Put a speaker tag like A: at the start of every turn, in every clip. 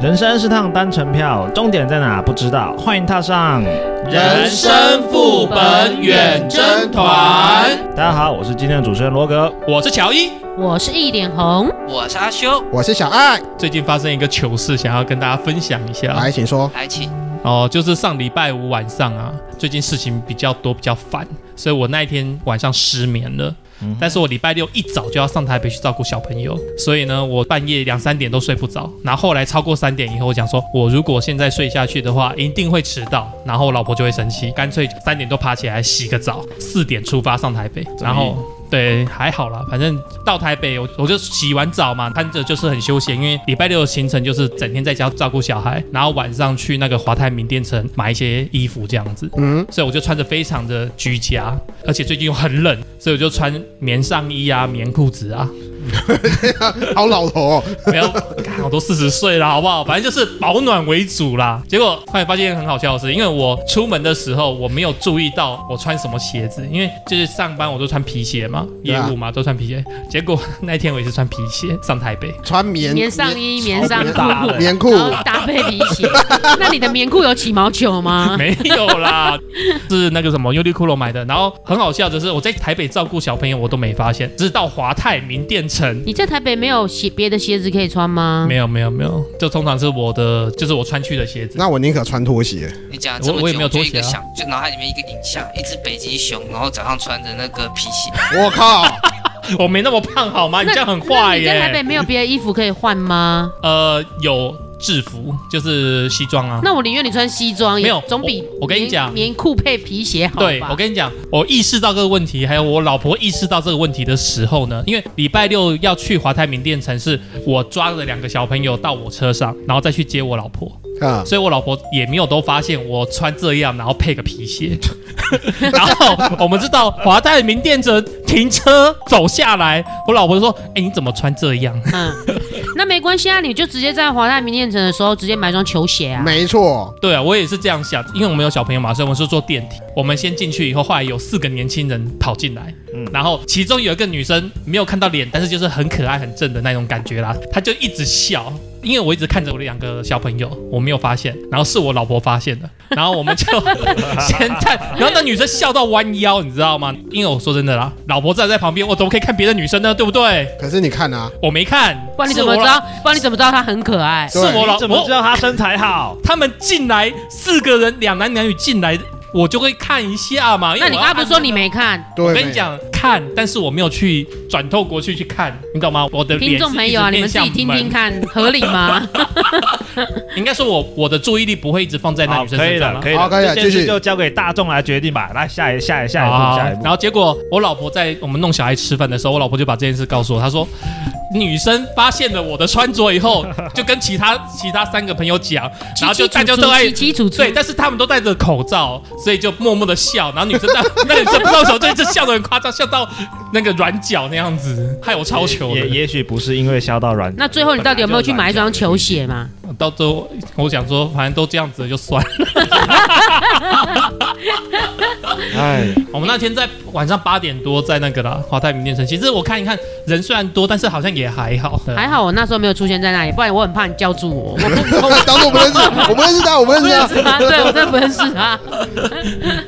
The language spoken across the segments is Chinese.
A: 人生是趟单程票，终点在哪不知道，欢迎踏上。
B: 人生副本远征团，
A: 大家好，我是今天的主持人罗格。
B: 我是乔伊。
C: 我是一脸红，
D: 我是阿修，
E: 我是小爱，
B: 最近发生一个糗事，想要跟大家分享一下。
E: 来，请说。
D: 来请
B: 哦，就是上礼拜五晚上啊，最近事情比较多，比较烦，所以我那一天晚上失眠了。但是我礼拜六一早就要上台北去照顾小朋友，所以呢，我半夜两三点都睡不着。然后后来超过三点以后，我想说，我如果现在睡下去的话，一定会迟到，然后我老婆就会生气，干脆三点多爬起来洗个澡，四点出发上台北，然后。对，还好啦，反正到台北我我就洗完澡嘛，摊着就是很休闲，因为礼拜六的行程就是整天在家照顾小孩，然后晚上去那个华泰名店城买一些衣服这样子，
E: 嗯，
B: 所以我就穿着非常的居家，而且最近又很冷，所以我就穿棉上衣啊、棉裤子啊，
E: 好老头哦，
B: 没有，干我都四十岁了，好不好？反正就是保暖为主啦。结果后来发现一件很好笑的事，因为我出门的时候我没有注意到我穿什么鞋子，因为就是上班我都穿皮鞋嘛，
E: 对
B: 业
E: 啊
B: 务嘛都穿皮鞋。结果那天我也是穿皮鞋上台北，
E: 穿棉
C: 棉上衣、棉上裤，
A: 大的
E: 棉裤
C: 然，后搭配皮 鞋。那你的棉裤有起毛球 吗？
B: 没有啦，是那个什么优衣库买的。然后很好笑的是，我在台北照顾小朋友我都没发现，直到华泰名店城。
C: 你在台北没有鞋别的鞋子可以穿吗？
B: 没有没有没有，就通常是我的，就是我穿去的鞋子。
E: 那我宁可穿拖鞋。
D: 你讲这么
B: 我我也
D: 久，
B: 没有
D: 就
B: 拖
D: 一
B: 鞋啊
D: 个想，就脑海里面一个影像，一只北极熊，然后早上穿着那个皮鞋，
E: 我靠，
B: 我没那么胖好吗？你
C: 嗯那
B: 这样很
C: 那
B: 坏
C: 你
B: 耶。
C: 在台北没有别的衣服可以换吗？
B: 呃，有制服，就是西装啊。
C: 那我宁愿你穿西装，也
B: 没有
C: 总比
B: 我我跟你
C: 棉
B: 讲
C: 棉裤配皮鞋好吧。
B: 对，我跟你讲，我意识到这个问题，还有我老婆意识到这个问题的时候呢，因为礼拜六要去华泰名店城，是我抓了两个小朋友到我车上，然后再去接我老婆，
E: 啊，
B: 所以我老婆也没有都发现我穿这样，然后配个皮鞋。 然后我们知道华泰名店城停车走下来，我老婆说：“哎、你怎么穿这样
C: 嗯，那没关系啊，你就直接在华泰名店城的时候直接买双球鞋啊。
E: 没错，？”
B: 对啊，我也是这样想，因为我们有小朋友嘛，所以我们是坐电梯。我们先进去以后，后来有四个年轻人跑进来，
A: 嗯，
B: 然后其中有一个女生没有看到脸，但是就是很可爱、很正的那种感觉啦，她就一直笑。因为我一直看着我的两个小朋友，我没有发现，然后是我老婆发现的，然后我 们就先看，然后那女生笑到弯腰，你知道吗？因为我说真的啦，老婆站在旁边，我怎么可以看别的女生呢？对不对？
E: 可是你看啊，
B: 我没看，
C: 不然你
B: 是
C: 怎
B: 我
C: 么知
B: 老？
C: 道？不然你怎么知道它很可爱？
B: 是我老
A: 你怎么
B: 我
A: 知道他身材好？
B: 他们进来四个人，两男两女进来，我就会看一下嘛。因为
C: 那你
B: 我
C: 刚
B: 要
C: 刚不是说
B: 按
C: 你没看？
E: 对，
B: 我跟你讲，看，但是我没有去转透过去去看，你懂吗？我的脸
C: 听众
B: 是
C: 朋
B: 一
C: 友啊，
B: 直
C: 你
B: 面
C: 们自己
B: 向
C: 听
B: 门
C: 听。看，合理吗？
B: 应该说我我的注意力不会一直放在哎那
A: 好，
B: 女生
A: 可以
B: 身上
A: 了，
B: 吗
A: 可以
E: 好
A: 了，
E: 可以了啊
A: 这件
E: 继
A: 事
E: 续
A: 就交给大众来决定吧。来，下一下一下一
B: 好
A: 步，下一步。
B: 然后结果我老婆在我们弄小孩吃饭的时候，我老婆就把这件事告诉我，她说女生发现了我的穿着以后，就跟其他其他三个朋友 讲， 然后就大家都爱
C: 起。起楚楚
B: 对，，但是他们都戴着口罩，所以就默默的笑。然后女生在 那女生不知道为什么就一直笑得很夸张，笑到那个软脚那样子，害我超糗
A: 也也
B: 的。
A: 也许不是因为削到软，
C: 那最后你到底有没有去买一双球鞋嘛？
B: 嗯到最后我想说，反正都这样子了就算了。
A: 哎，
B: 我们那天在晚上八点多在那个啦华泰名店城，其实我看一看人虽然多，但是好像也还好。
C: 还好我那时候没有出现在那里，不然我很怕你叫住我。我
E: 讲， 当做我不认识，我不认识他，我不认
C: 不
E: 识
C: 认
E: 他。
C: 识他，对我真的不认识他。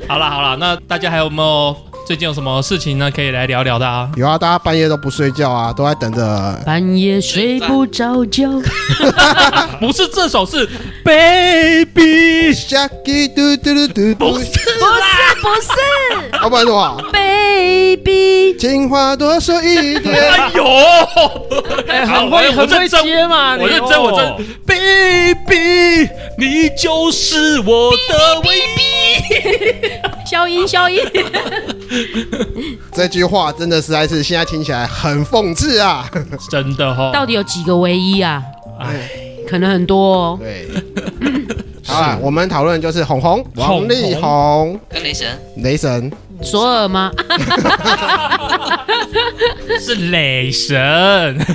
B: 好啦好啦，那大家还有没有最近有什么事情呢？可以来聊聊的 啊。
E: 有啊，大家半夜都不睡觉啊，都在等着。
C: 半夜睡不着觉，
B: 不是这首是 Baby，
E: Shaggy 嘟嘟嘟嘟
B: 不
E: 嘟，
B: 是
C: 不是
E: 要不然什么？
C: baby，
E: 情话多说一点。
B: 哎呦，哎好我我认真
C: 嘛
B: 我认真，我
A: 哦
B: 真，Baby，你就是我的唯一。
C: 消音消 音。
E: 这句话真的实在是现在听起来很讽刺 啊。
B: 真的哦哈、
C: 到底有几个唯一啊？
B: 哎，
C: 可能很多哦。
E: 对，好啦，我们讨论就是红红、王力宏、
D: 跟雷神
E: 雷神，
C: 索 尔吗？啊
B: 是雷神。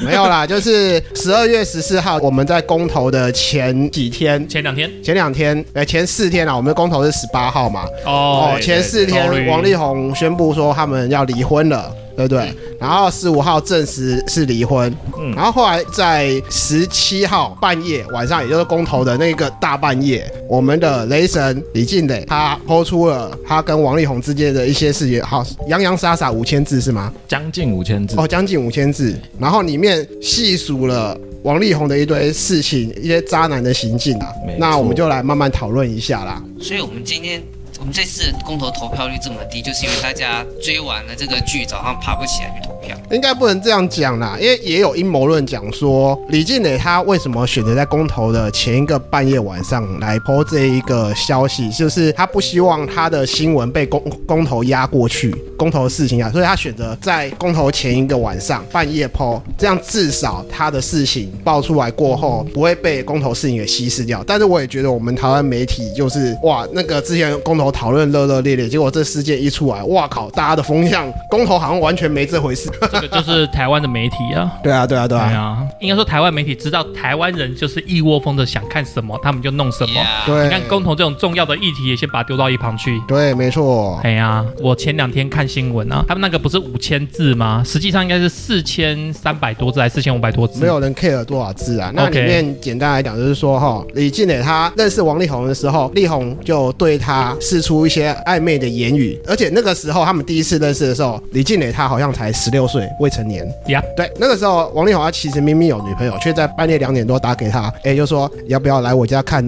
E: 没有啦，就是十二月十四号我们在公投的前几天。
B: 前两天
E: 前两天，呃，前四天啊，我们公投是十八号嘛，
B: 哦
E: 哦，前四
B: 对对
E: 天
B: 对
E: 王力宏宣布说他们要离婚了，对不对？
B: 嗯
E: 然后十五号证实是离婚，
A: 嗯
E: 然后后来在十七号半夜晚上，也就是公投的那个大半夜，我们的雷神李静蕾他抛出了他跟王力宏之间的一些事情，好洋洋洒洒五千字是吗？
A: 将近五千字
E: 哦，将近五千字，然后里面细数了王力宏的一堆事情，一些渣男的行径啊
A: 没。
E: 那我们
A: 错
E: 就来慢慢讨论一下啦。
D: 所以我们今天我们这次公投投票率这么低，就是因为大家追完了这个剧，早上爬不起来去投票。
E: 应该不能这样讲啦，因为也有阴谋论讲说，李静蕾她为什么选择在公投的前一个半夜晚上来抛这一个消息，就是她不希望她的新闻被公公投压过去，公投的事情啊，所以她选择在公投前一个晚上半夜抛，这样至少她的事情爆出来过后，不会被公投事情给稀释掉。但是我也觉得我们台湾媒体就是哇，那个之前公投讨论热热烈烈，结果这事件一出来，哇靠，大家的风向公投好像完全没这回事。
B: 这个就是台湾的媒体啊。
E: 对啊，对啊，
B: 对
E: 对啊，
B: 啊，应该说台湾媒体知道台湾人就是一窝蜂的想看什么，他们就弄什么。
D: Yeah
E: 对，
B: 你看公投这种重要的议题，也先把它丢到一旁去。
E: 对，没错，
B: 哎呀，我前两天看新闻啊，他们那个不是五千字吗？实际上应该是四千三百多字，还是四千五百多字？
E: 没有人 care 多少字啊。那
B: OK
E: 里面简单来讲就是说，哈，李静蕾她认识王力宏的时候，力宏就对她释出一些暧昧的言语，而且那个时候他们第一次认识的时候，李静蕾她好像才十六岁，未成年。
B: 呀，
E: 对，那个时候王力宏他其实明明有女朋友，却在半夜两点多打给他，哎，就说要不要来我家看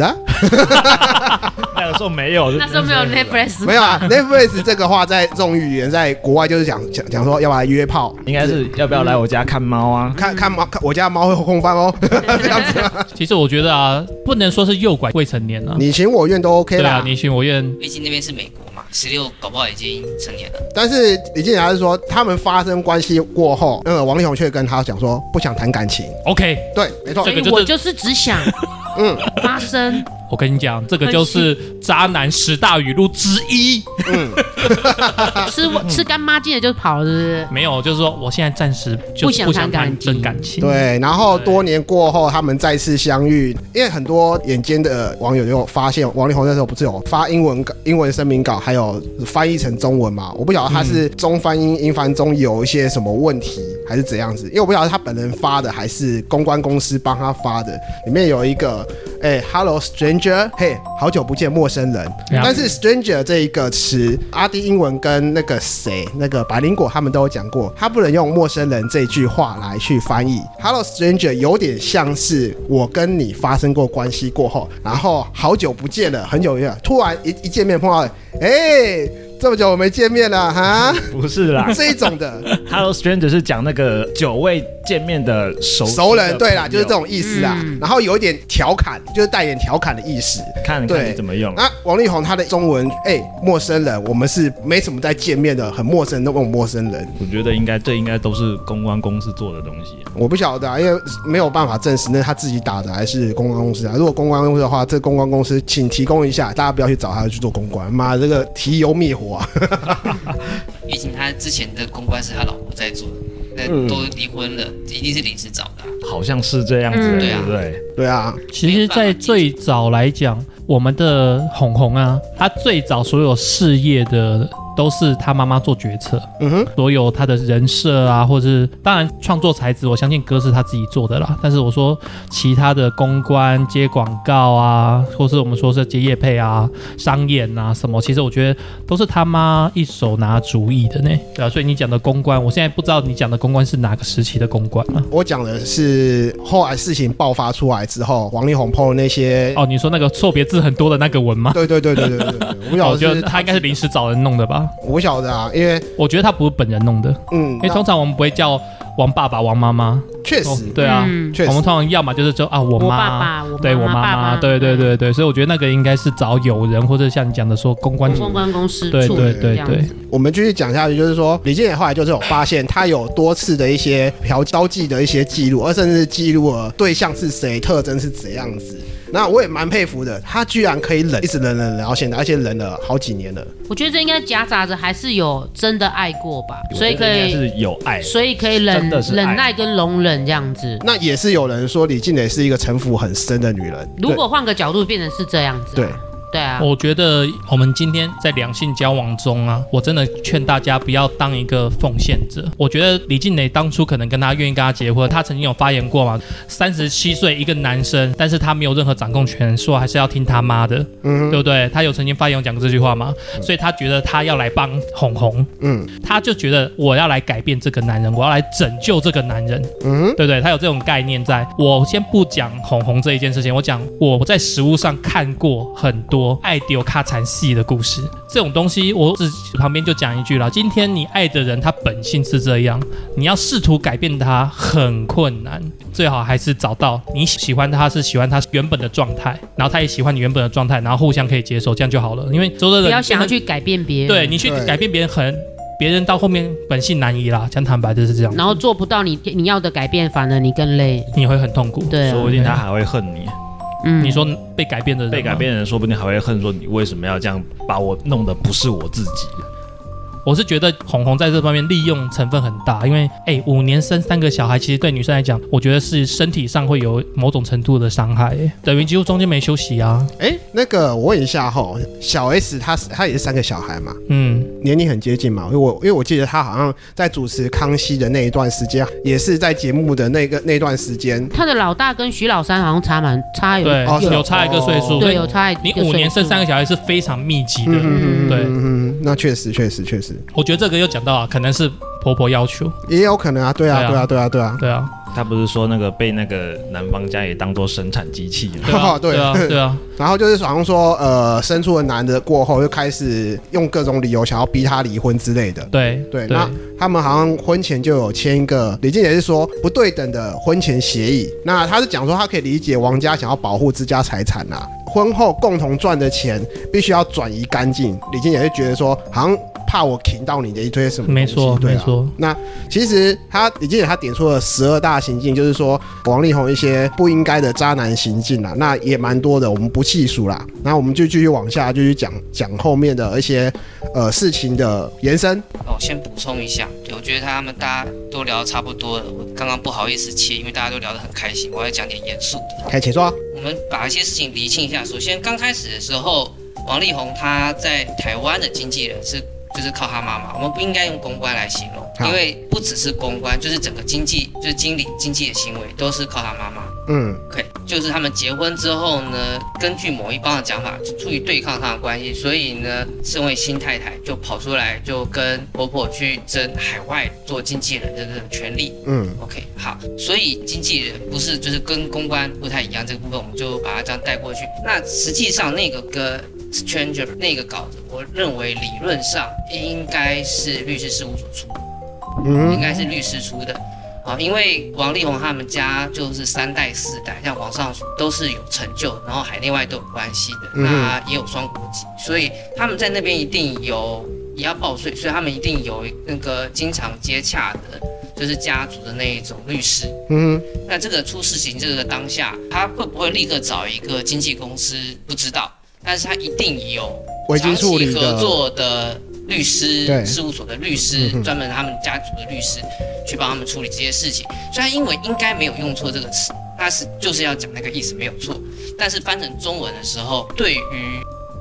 E: 啊？
A: 那个时候没有，
C: 啊那时候没有 Netflix，
E: 没有啊，Netflix 这个话在这种语言在国外就是讲讲讲说要不要来约炮，
A: 应该是要不要来我家看猫啊？
E: 看看猫，看我家猫会空 翻哦。
B: 啊其实我觉得啊，不能说是诱拐未成年啊。
E: 你情我愿都 OK
B: 对
E: 啦。
B: 啊，你情我愿。
D: 毕竟那边是美国嘛，十六搞不好已经成年了。
E: 但是李静雅是说，他们发生关系过后，那个王力宏却跟他讲说不想谈感情。
B: OK，
E: 对，没错
B: 这个
C: 所，以
B: 就是
C: 哎我就是只想
E: 嗯，
C: 发生。
B: 我跟你讲，这个 就是渣男十大语录之一。啊
C: 吃吃干妈净了就跑了，是
B: 没有，就是说我现在暂时就
C: 不
B: 是
C: 想
B: 不想
C: 谈
B: 谈
C: 感
B: 真
C: 情
B: 感情。
E: 对。然后
B: 对
E: 多年过后，他们再次相遇，因为很多眼尖的网友就发现，王力宏那时候不是有发英文稿、英文声明稿，还有翻译成中文嘛？我不晓得他是中翻英、英翻中有一些什么问题，还是怎样子？因为我不晓得他本人发的，还是公关公司帮他发的。里面有一个，哎，Hello stranger，嘿，好久不见陌生人。
B: 了解
E: 但是 stranger 这一个词，阿迪英文跟那个谁，那个百灵果他们都有讲过，他不能用陌生人这句话来去翻译。Hello stranger 有点像是我跟你发生过关系过后，然后好久不见了，很久没有，突然一一见面碰到，哎、这么久我没见面了哈，
A: 不是 啦
E: 这一种的
A: ，Hello Stranger 是讲那个久未见面的熟
E: 熟人，对啦，
A: 朋友
E: 就是这种意思啊。
C: 嗯
E: 然后有一点调侃，就是带点调侃的意思。
A: 看看
E: 对啊
A: 你怎么用。
E: 那王力宏他的中文，哎、陌生人，我们是没什么在见面的，很陌生的那种陌生人。
F: 我觉得应该这应该都是公关公司做的东西。
E: 我不晓得啊，因为没有办法证实那是他自己打的还是公关公司啊。如果公关公司的话，这公关公司请提供一下，大家不要去找他去做公关，妈这个提油灭火啊！
D: 毕竟他之前的公关是他老婆在做的，那
E: 嗯
D: 都离婚了，一定是临时找的啊、
A: 好像是这样子，
C: 嗯
A: 对不对？
E: 对啊，
B: 其实，在最早来讲，我们的红红啊，她最早所有事业的都是她妈妈做决策，
E: 嗯哼，
B: 所有她的人设啊，或者是当然创作材质，我相信歌是她自己做的啦。但是我说其他的公关、接广告啊，或是我们说是接业配啊、商演啊什么，其实我觉得都是他妈一手拿主意的呢。对啊，所以你讲的公关，我现在不知道你讲的公关是哪个时期的公关啊？
E: 我讲的是后来事情爆发出来之后，王力宏 PO 的那些，
B: 哦，你说那个错别字很多的那个文吗？
E: 对对对对对对对，我不
B: 我
E: 晓
B: 觉
E: 得
B: 得
E: 是
B: 哦他应该是临时找人弄的吧？
E: 我不晓得啊，因为
B: 我觉得他不是本人弄的，
E: 嗯
B: 因，为通常我们不会叫王爸爸、王妈妈。
E: 确实
B: 哦，对啊，
C: 嗯
E: 确
B: 我
E: 实
B: 们通常要么就是说啊，我
C: 我
B: 妈，
C: 爸爸，我
B: 对我妈
C: 爸
B: 妈，
C: 爸，
B: 对对对对，所以我觉得那个应该是找友人或者像你讲的说公关
C: 公关公司
B: 对
C: 处
B: 对
C: 理
B: 对
C: 这样
B: 对
C: 子。
E: 我们继续讲下去，就是说李健也后来就是有发现，他有多次的一些嫖娼妓的一些记录，而甚至记录了对象是谁、特征是怎样子。那我也蛮佩服的，他居然可以忍，一直忍忍忍到现在，而且忍了好几年了。
C: 我觉得这应该夹杂着还是有真的爱过吧，所以可
A: 我觉得应
C: 以，
A: 该是有爱，
C: 所以可以忍
A: 真的是爱
C: 忍耐跟容忍这样子。
E: 那也是有人说李静蕾是一个城府很深的女人，
C: 如果换个角度变成是这样子啊，
E: 对
C: 对啊，
B: 我觉得我们今天在两性交往中啊，我真的劝大家不要当一个奉献者。我觉得李静蕾当初可能跟他愿意跟他结婚，他曾经有发言过嘛，三十七岁一个男生，但是他没有任何掌控权，说还是要听他妈的，对
E: 嗯哼
B: 不对？他有曾经发言有讲过这句话嘛，所以他觉得他要来帮红红，
E: 嗯
B: 他就觉得我要来改变这个男人，我要来拯救这个男人，
E: 嗯哼
B: 对不对？他有这种概念在。我先不讲红红这一件事情，我讲我在食物上看过很多爱丢卡惨戏的故事。这种东西，我只旁边就讲一句啦：今天你爱的人，他本性是这样，你要试图改变他很困难，最好还是找到你喜欢他是喜欢他原本的状态，然后他也喜欢你原本的状态，然后互相可以接受，这样就好了。因为周的人
C: 不要想要去改变别人，
B: 对你去
E: 对
B: 改变别人很。别人到后面本性难移啦，讲坦白就是这样，
C: 然后做不到你你要的改变，反而你更累。
B: 你会很痛苦。
C: 对啊
F: 说，不定他还会恨你。
C: 嗯
B: 你说被改变的人啊吗
F: 被改，变的人说不定还会恨说你为什么要这样把我弄得不是我自己。
B: 我是觉得红红在这方面利用成分很大，因为哎，五年生三个小孩，其实对女生来讲，我觉得是身体上会有某种程度的伤害，哎等于几乎中间没休息啊。
E: 哎，那个我问一下吼，小 S 她是她也是三个小孩嘛，
B: 嗯，
E: 年龄很接近嘛，因为我因为我记得她好像在主持康熙的那一段时间，也是在节目的那个那段时间，
C: 他的老大跟徐老三好像差蛮差有
B: 对
E: 哦是，哦
B: 有差一个岁数，
E: 哦
B: 所
C: 对
B: 以
C: 有差一个
B: 你五年生三
C: 岁
B: 个小孩是非常密集的。
E: 嗯
B: 对
E: 嗯，那确实确实确实
B: 我觉得这个又讲到啊，可能是婆婆要求，
E: 也有可能啊，对啊对
B: 对
E: 啊
B: 啊
E: 对啊对啊，
B: 对啊，
F: 他不是说那个被那个男方家也当做生产机器了？
B: 对啊， 对啊，
E: 对
B: 对啊，
E: 然后就是好像说呃生出了男的过后，就开始用各种理由想要逼她离婚之类的。
B: 对
E: 对，那他们好像婚前就有签一个，李静也是说不对等的婚前协议。那他是讲说他可以理解王家想要保护自家财产啦、婚后共同赚的钱必须要转移干净。李静也是觉得说好像怕我停到你的一堆什么东西，
B: 没错
E: 对啊
B: 没错
E: 那其实他李静也他点出了十二大行径，就是说王力宏一些不应该的渣男行径啦，那也蛮多的，我们不细数啦。那我们就继续往下，就去讲讲后面的一些呃事情的延伸。
D: 哦，先补充一下，对我觉得他们大家都聊得差不多了，我刚刚不好意思切，因为大家都聊得很开心，我要讲点严肃的。
E: 可以请说。
D: 我们把一些事情厘清一下。首先，刚开始的时候，王力宏他在台湾的经纪人是就是靠他妈妈，我们不应该用公关来形
E: 好
D: 容，因为不只是公关，就是整个经济，就是经理经济的行为都是靠他妈妈。
E: 嗯，
D: OK，就是他们结婚之后呢，根据某一方的讲法，出于对抗他的关系，所以呢，身为新太太就跑出来就跟婆婆去争海外做经纪人的这个权利。
E: 嗯
D: OK，好，所以经纪人不是就是跟公关不太一样，这个部分我们就把它这样带过去。那实际上那个歌 Stranger 那个稿子，我认为理论上应该是律师事务所出，啊
E: 嗯
D: 应该是律师出的。啊，因为王力宏他们家就是三代四代，像王上都是有成就，然后海内外都有关系的，
E: 嗯
D: 那也有双国籍，所以他们在那边一定有也要报税，所以他们一定有那个经常接洽的，就是家族的那一种律师。
E: 嗯
D: 那这个出事情这个当下，他会不会立刻找一个经纪公司？不知道，但是他一定有
E: 哼，已经
D: 长
E: 处理
D: 期合
E: 的，
D: 作的律
E: 对
D: 师事务所的律师
E: 嗯哼，
D: 专门他们家族的律师去帮他们处理这些事情。虽然英文应该没有用错这个词，那是就是要讲那个意思没有错，但是翻成中文的时候，对于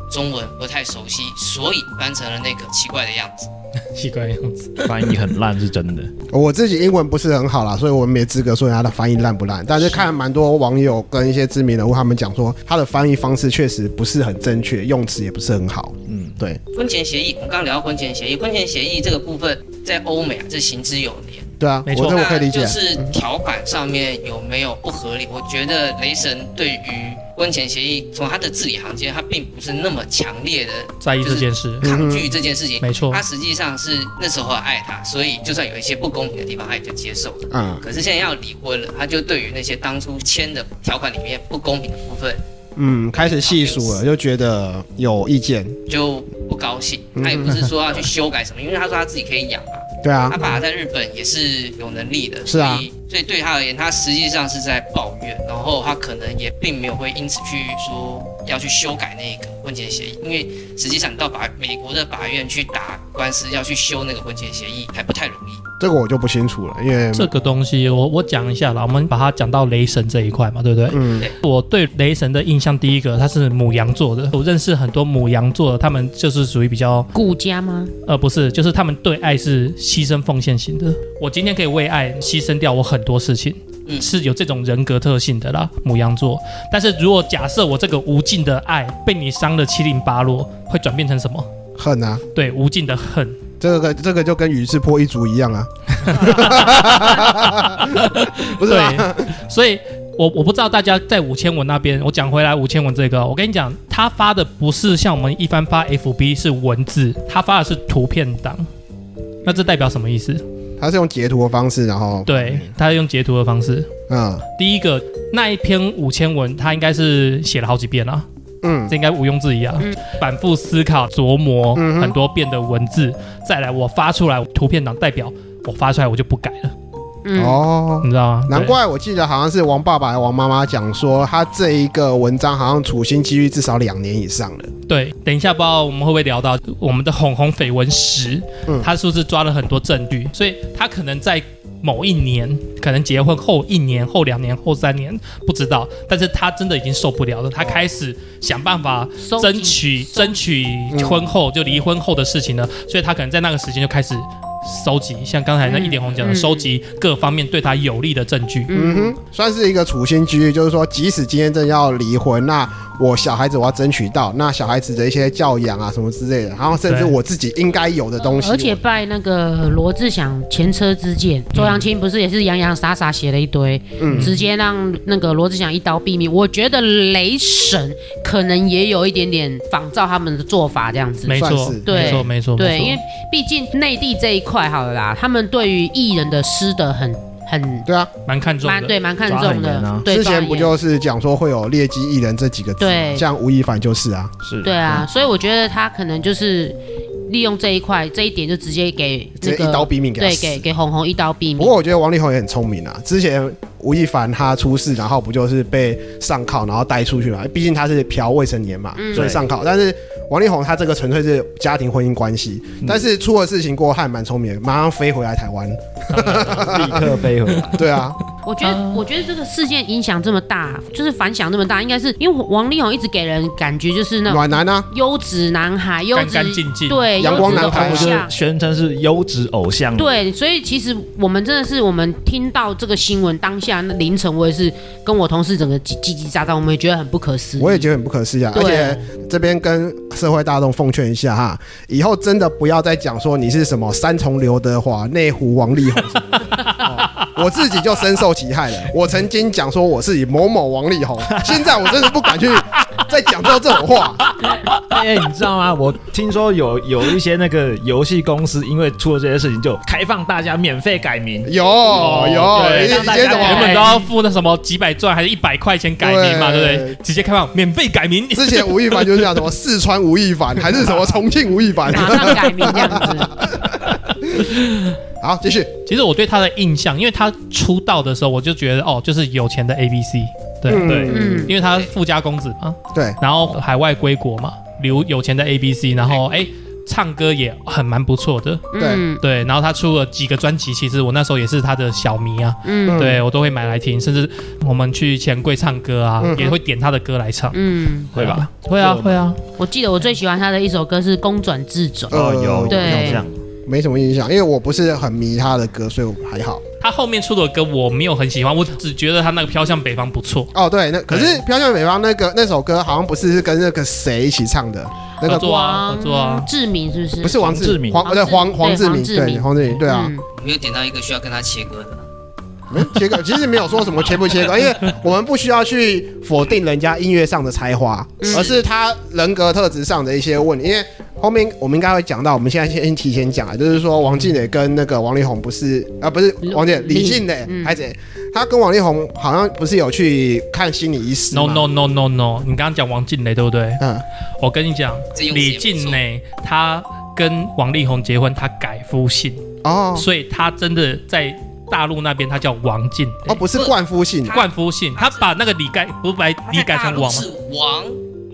D: 中文不太熟悉，所以翻成了那个奇怪的样子。
B: 奇怪的样子。
F: 翻译很烂是真的。
E: 哦我自己英文不是很好啦，所以我没资格说人家的翻译烂不烂。但是看蛮多网友跟一些知名人物他们讲说，他的翻译方式确实不是很正确，用词也不是很好。
F: 嗯，
E: 对，
D: 婚前协议，我们刚刚聊到婚前协议，婚前协议这个部分在欧美啊是行之有年。
E: 对啊，我
B: 没错
E: 这我可以理解
D: 那就。是条款上面有没有不合理？我觉得雷神对于婚前协议，从他的字里行间，他并不是那么强烈的
B: 在意这件事，
D: 抗拒这件事
E: 嗯
D: 情。
B: 没错
D: 他实际上是那时候爱他，所以就算有一些不公平的地方，他也就接受了。
E: 嗯
D: 可是现在要离婚了，他就对于那些当初签的条款里面不公平的部分
E: 嗯，开始细数了，就觉得有意见。
D: 就不高兴。他也不是说要去修改什么，因为他说他自己可以养嘛。
E: 对啊
D: 他，爸爸在日本也是有能力的，
E: 是啊
D: 所以，所以对他而言，他实际上是在抱怨，然后他可能也并没有会因此去说要去修改那个婚前协议，因为实际上你到法美国的法院去打官司，要去修那个婚前协议还不太容易。
E: 这个我就不清楚了，因为
B: 这个东西我我讲一下啦，我们把它讲到雷神这一块嘛，对不对？
E: 嗯
B: 我对雷神的印象，第一个他是母羊座的，我认识很多母羊座的，他们就是属于比较
C: 顾家吗？
B: 呃，不是，就是他们对爱是牺牲奉献型的。我今天可以为爱牺牲掉我很多事情，
D: 嗯
B: 是有这种人格特性的啦，母羊座。但是如果假设我这个无尽的爱被你伤的七零八落，会转变成什么？
E: 恨啊，
B: 对，无尽的恨。
E: 这个这个就跟宇智波一族一样啊，不是吧？
B: 对，所以我我不知道大家在五千文那边，我讲回来五千文这个，哦我跟你讲，他发的不是像我们一般发 FB 是文字，他发的是图片档。那这代表什么意思？
E: 他是用截图的方式，然后
B: 对，他用截图的方式。
E: 嗯
B: 第一个那一篇五千文，他应该是写了好几遍啊，
E: 嗯
B: 这应该毋庸置疑啊，
C: 嗯
B: 反复思考、琢磨
E: 嗯哼
B: 很多遍的文字，再来我发出来图片档，代表我发出来我就不改了，
C: 嗯，
E: 哦，
B: 你知道吗？
E: 难怪我记得好像是王爸爸、王妈妈讲说，他这一个文章好像处心积虑至少两年以上了。
B: 对，对等一下不知道我们会不会聊到我们的红红绯闻十
E: 嗯，
B: 他是不是抓了很多证据？所以他可能在。某一年，可能结婚后一年、后两年、后三年，不知道。但是他真的已经受不了了，他开始想办法
C: 收集
B: 争
E: 嗯
B: 取
C: 收集
B: 争取婚后就离婚后的事情呢，所以他可能在那个时间就开始收集，像刚才那
C: 嗯
B: 一点红讲的，
C: 嗯
B: 收集各方面对他有利的证据。
E: 嗯
C: 嗯，
E: 哼，算是一个处心积虑，就是说，即使今天真的要离婚，那我小孩子我要争取到，那小孩子的一些教养啊什么之类的，然后甚至
B: 对
E: 我自己应该有的东西，
C: 而且拜那个罗志祥前车之鉴，周扬青不是也是洋洋洒洒写了一堆，
E: 嗯
C: 直接让那个罗志祥一刀毙命。我觉得雷神可能也有一点点仿照他们的做法这样子。
B: 没
E: 算
B: 错
E: 是，
C: 对
B: 没错，没错，
C: 对，
B: 没错
C: 因为毕竟内地这一块好了啦，他们对于艺人的师德很很
E: 对啊，
B: 蛮看重
C: 蛮
B: 的。
C: 对蛮看重
F: 抓很
C: 的
F: 严啊，
C: 对，
E: 之
C: 抓
E: 前
C: 很
E: 不
C: 严
E: 就是讲说会有劣迹艺人这几个字吗，
C: 对
E: 像吴亦凡就是啊，
F: 是
C: 对啊，所以我觉得他可能就是利用这一块这一点，就直接给
E: 直
C: 那
E: 接一
C: 个
E: 刀毙命给他
C: 对
E: 死。
C: 给给红红一刀毙命
E: 不过。我觉得王力宏也很聪明啊，之前吴亦凡他出事，然后不就是被上铐然后带出去嘛？毕竟他是嫖未成年嘛，所以上铐。但是王力宏他这个纯粹是家庭婚姻关系，但是出了事情过后，他还蛮聪明的，马上飞回来台湾。
F: 立刻飞回 来。
E: 对啊，
C: 我觉得我觉得这个事件影响这么大，就是反响这么大，应该是因为王力宏一直给人感觉就是那种
E: 暖男啊，
C: 优质男孩，优
B: 干
C: 质
B: 干净净
C: 对
E: 阳光男孩啊
C: 优
F: 我
C: 质
F: 就
C: 的偶像。
F: 宣称是优质偶像，，
C: 对，所以其实我们真的是，我们听到这个新闻当下那凌晨，我也是跟我同事整个叽叽叽喳喳，我们也觉得很不可
B: 嗯
C: 思议。
E: 我也觉得很不可思议啊。而
C: 对
E: 且这边跟社会大众奉劝一下哈，以后真的不要再讲说你是什么三重刘德华、内湖王力宏什么 的、哦我自己就深受其害了。我曾经讲说我是以某某王力宏，现在我真的不敢去再讲到这种话。
F: 哎、你知道吗？我听说有有一些那个游戏公司，因为出了这些事情，就开放大家免费改名。
E: 有有，
B: 哦对
E: 以前以前怎
B: 哎原
E: 么？
B: 本都要付那什么几百钻还是一百块钱改名嘛，
E: 对
B: 对不对？直接开放免费改名，
E: 之前吴亦凡就是讲什么四川吴亦凡，还是什么重庆吴 亦凡？
C: 马上改名这样子，
E: 好，继续。
B: 其实我对他的印象，因为他出道的时候，我就觉得哦，就是有钱的 A B C，对、对，
E: 嗯，
B: 因为他富家公子嘛，
E: 对，
B: 然后海外归国嘛，留有钱的 A B C，然后哎。唱歌也很蛮不错的，
E: 对
C: 嗯
B: 对。然后他出了几个专辑，其实我那时候也是他的小迷啊，
C: 嗯
B: 对我都会买来听，甚至我们去钱柜唱歌啊，
E: 嗯
B: 也会点他的歌来唱，
C: 嗯，
F: 会吧？
B: 会啊，
F: 是吗
B: 会啊。
C: 我记得我最喜欢他的一首歌是《公转自转》，
F: 哦，有
C: 对
F: 有这样，
E: 没什么印象，因为我不是很迷他的歌，所以我还好。
B: 他后面出的歌我没有很喜欢，我只觉得他那个《飘向北方》不错，
E: 哦，对，那可是《飘向北方》那个那首歌好像不是是跟那个谁一起唱的，那
B: 合
E: 个
B: 作啊，合作
D: 嗯
B: 啊。
C: 志明是不是？
E: 不是王
F: 嗯黄志明
E: 黄呃对黄
C: 黄
E: 黄
C: 志
E: 志
C: 明
E: 明，
C: 对
E: 对黄志明，对啊，
C: 嗯
D: 我没有点到一个需要跟他切割的，
E: 嗯 切割其实没有说什么切不切割，因为我们不需要去否定人家音乐上的才华，
C: 嗯
E: 而是他人格特质上的一些问题。因为后面我们应该会讲到，我们现在先提前讲啊，就是说王静蕾跟那个王力宏不是啊，不是王姐
C: 李
E: 李静蕾
C: 嗯
E: 还是谁他跟王力宏好像不是有去看心理医师
B: No
E: 吗
B: no no no no，你刚刚讲王静蕾对不对？
E: 嗯，
B: 我跟你讲，
D: 这用词
B: 李
D: 也不错
B: 静蕾她跟王力宏结婚，她改夫姓，
E: 哦
B: 所以她真的在大陆那边她叫王静
E: 哦，
B: 蕾，
E: 不是冠夫姓
B: 冠夫姓，她把那个李改不是把
D: 他
B: 李
D: 在
B: 改
D: 大
B: 成
D: 陆
B: 王吗
D: 是？王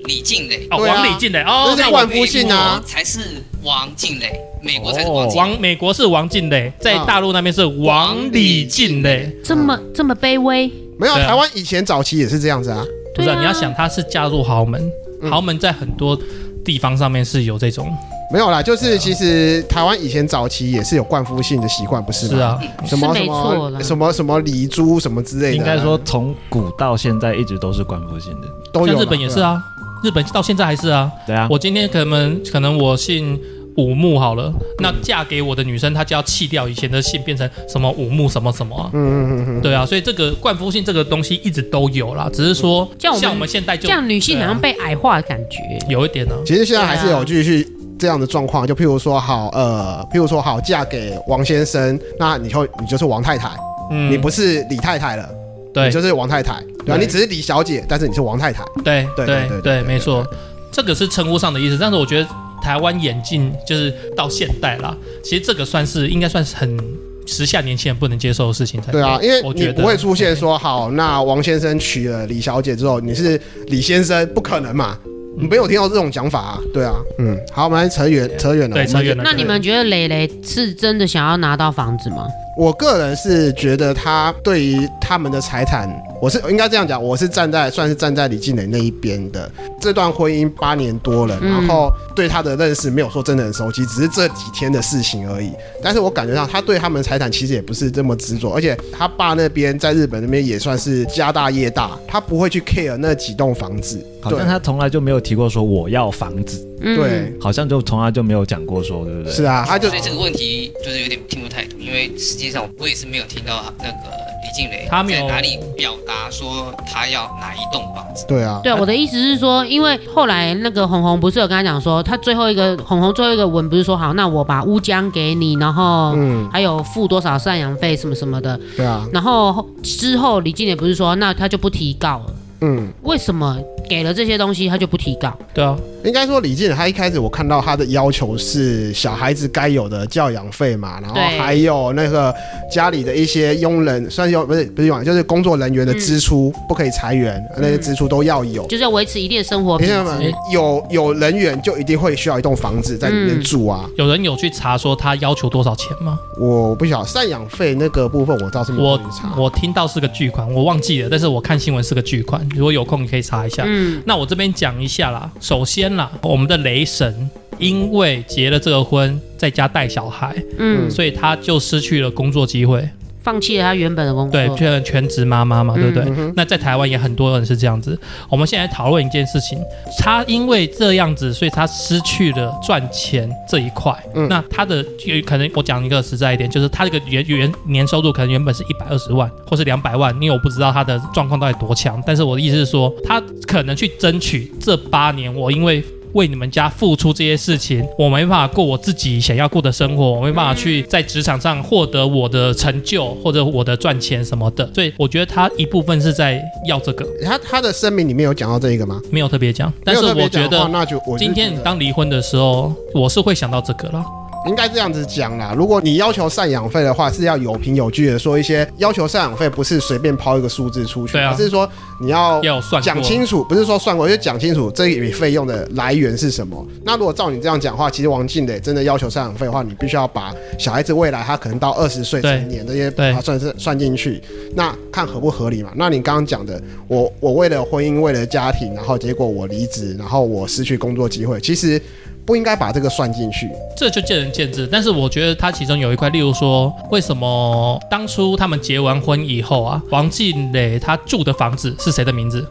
D: 李静蕾，
B: 哦，
E: 对啊
B: 王李进来哦
E: 这，
B: 那
E: 是
B: 我
E: 万夫姓啊，哦
D: 才是王静蕾，美国才是王静蕾。
B: 王美国是王进磊，在
E: 啊
B: 大陆那边是王李进磊。
C: 这么这么卑微，
E: 没有啊
B: 对啊
E: 台湾以前早期也是这样子啊，
B: 不
C: 对
B: 是啊、
C: 啊，
B: 你要想，他是嫁入豪门，
E: 嗯
B: 豪门在很多地方上面是有这种，
E: 没有啦，
B: 啊
E: 就是其实台湾以前早期也是有冠夫姓的习惯，不是吗？
B: 是，啊，
E: 什么
C: 是
E: 什
C: 没错
E: 么
C: 啦
E: 什么什么李珠什么之类的啊，
F: 应该说从古到现在一直都是官复姓的。
E: 都有
B: 像
E: 啦。
B: 日本也是啊，日本到现在还是啊。
F: 对啊，
B: 我今天可能可能我姓武木好了，那嫁给我的女生她就要弃掉以前的姓，变成什么武木什么什么啊。
E: 嗯，嗯嗯嗯嗯，
B: 对啊，所以这个冠夫姓这个东西一直都有啦，只是说
C: 像我们
B: 像我们现在
C: 这
B: 就
C: 样女性好像被矮化的感觉。
B: 有一点呢、
E: 其实现在还是
C: 对啊
E: 有继续。这样的状况，就譬如说好，呃，譬如说好，嫁给王先生，那你就你就是王太太，
B: 嗯，
E: 你不是李太太了，
B: 对
E: 你就是王太太，对吧？啊
B: 对
E: 你只是李小姐，但是你是王太太，
B: 对
E: 对对对
B: 对
E: 对
B: 对，
E: 对
B: 没错，这个是称呼上的意思。但是我觉得台湾演进就是到现代啦，其实这个算是应该算是很时下年轻人不能接受的事情才
E: 对啊，因为
B: 我觉
E: 你
B: 得
E: 不会出现说好，那王先生娶了李小姐之后，你是李先生，不可能嘛？你没有听到这种讲法啊？对啊，嗯，好，我们来扯远扯远了，
B: 嗯对
E: 我们
B: 扯远了
C: 那你们觉得蕾蕾是真的想要拿到房子吗？
E: 我个人是觉得他对于他们的财产，我是应该这样讲，我是站在算是站在李静蕾那一边的。这段婚姻八年多了，
C: 嗯
E: 然后对他的认识没有说真的很熟悉，只是这几天的事情而已。但是我感觉上他对他们的财产其实也不是这么执着，而且他爸那边在日本那边也算是家大业大，他不会去 care 那几栋房子。
F: 好
E: 对
F: 像他从来就没有提过说我要房子，
C: 嗯，
E: 对，
F: 好像就从来就没有讲过说，对不对？
E: 是啊，他就
D: 所以这个问题就是有点听不太懂，因为实际上我也是没有听到那个李静蕾
B: 他没有
D: 在哪里表达说他要哪一栋房子。
E: 对啊，
C: 对，我的意思是说，因为后来那个红红不是有跟他讲说，他最后一个红红最后一个文不是说好，那我把乌江给你，然后
E: 嗯，
C: 还有付多少赡养费什么什么的，
E: 对啊，
C: 然后之后李静也不是说，那他就不提告了，
E: 嗯，
C: 为什么给了这些东西他就不提告？
B: 对啊，
E: 应该说，李静她一开始我看到她的要求是小孩子该有的教养费嘛，然后
C: 对
E: 还有那个家里的一些佣人，算是有不是不是佣人，就是工作人员的支出、不可以裁员，那些支出都要有。
B: 嗯
C: 就是要维持一定的生活
E: 你
C: 品
E: 想嘛
C: 质。，
E: 有有人员就一定会需要一栋房子在里面住啊。
B: 有人有去查说他要求多少钱吗？
E: 我不晓得赡养费那个部分，我倒是没有
B: 我
E: 去查。
B: 我听到是个巨款，我忘记了，但是我看新闻是个巨款，如果有空你可以查一下。
C: 嗯，
B: 那我这边讲一下啦，首先啦，我们的雷神因为结了这个婚，在家带小孩，
C: 嗯，
B: 所以他就失去了工作机会。
C: 放弃了他原本的工作。
B: 对，全全职妈妈嘛，对不对？
E: 嗯哼
B: 那在台湾也很多人是这样子。我们现在讨论一件事情，他因为这样子，所以他失去了赚钱这一块。
E: 嗯
B: 那他的有可能我讲一个实在一点，就是他这个原原年收入可能原本是一百二十万或是两百万，因为我不知道他的状况到底多强。但是我的意思是说，他可能去争取这八年，我因为。为你们家付出这些事情，我没办法过我自己想要过的生活，我没办法去在职场上获得我的成就或者我的赚钱什么的，所以我觉得他一部分是在要这个，
E: 他他的声明里面有讲到这个吗？
B: 没有特别讲，但
E: 没
B: 是
E: 有特别
B: 我
E: 讲
B: 觉
E: 的话
B: 得
E: 那就我就
B: 今天
E: 觉
B: 你
E: 得
B: 当离婚的时候，我是会想到这个啦。
E: 应该这样子讲啦，如果你要求赡养费的话，是要有凭有据的说一些要求赡养费，不是随便抛一个数字出去，
B: 对啊
E: 而是说你要
B: 要有算过
E: 讲清楚，不是说算过，就讲清楚这一笔费用的来源是什么。那如果照你这样讲话，其实王静磊真的要求赡养费的话，你必须要把小孩子未来他可能到二十岁
B: 对
E: 成年这些把
B: 对
E: 它算是算进去，那看合不合理嘛？那你刚刚讲的，我我为了婚姻，为了家庭，然后结果我离职，然后我失去工作机会，其实不应该把这个算进去。
B: 这就见仁见智，但是我觉得它其中有一块，例如说，为什么当初他们结完婚以后啊，王静蕾她住的房子是谁的名字？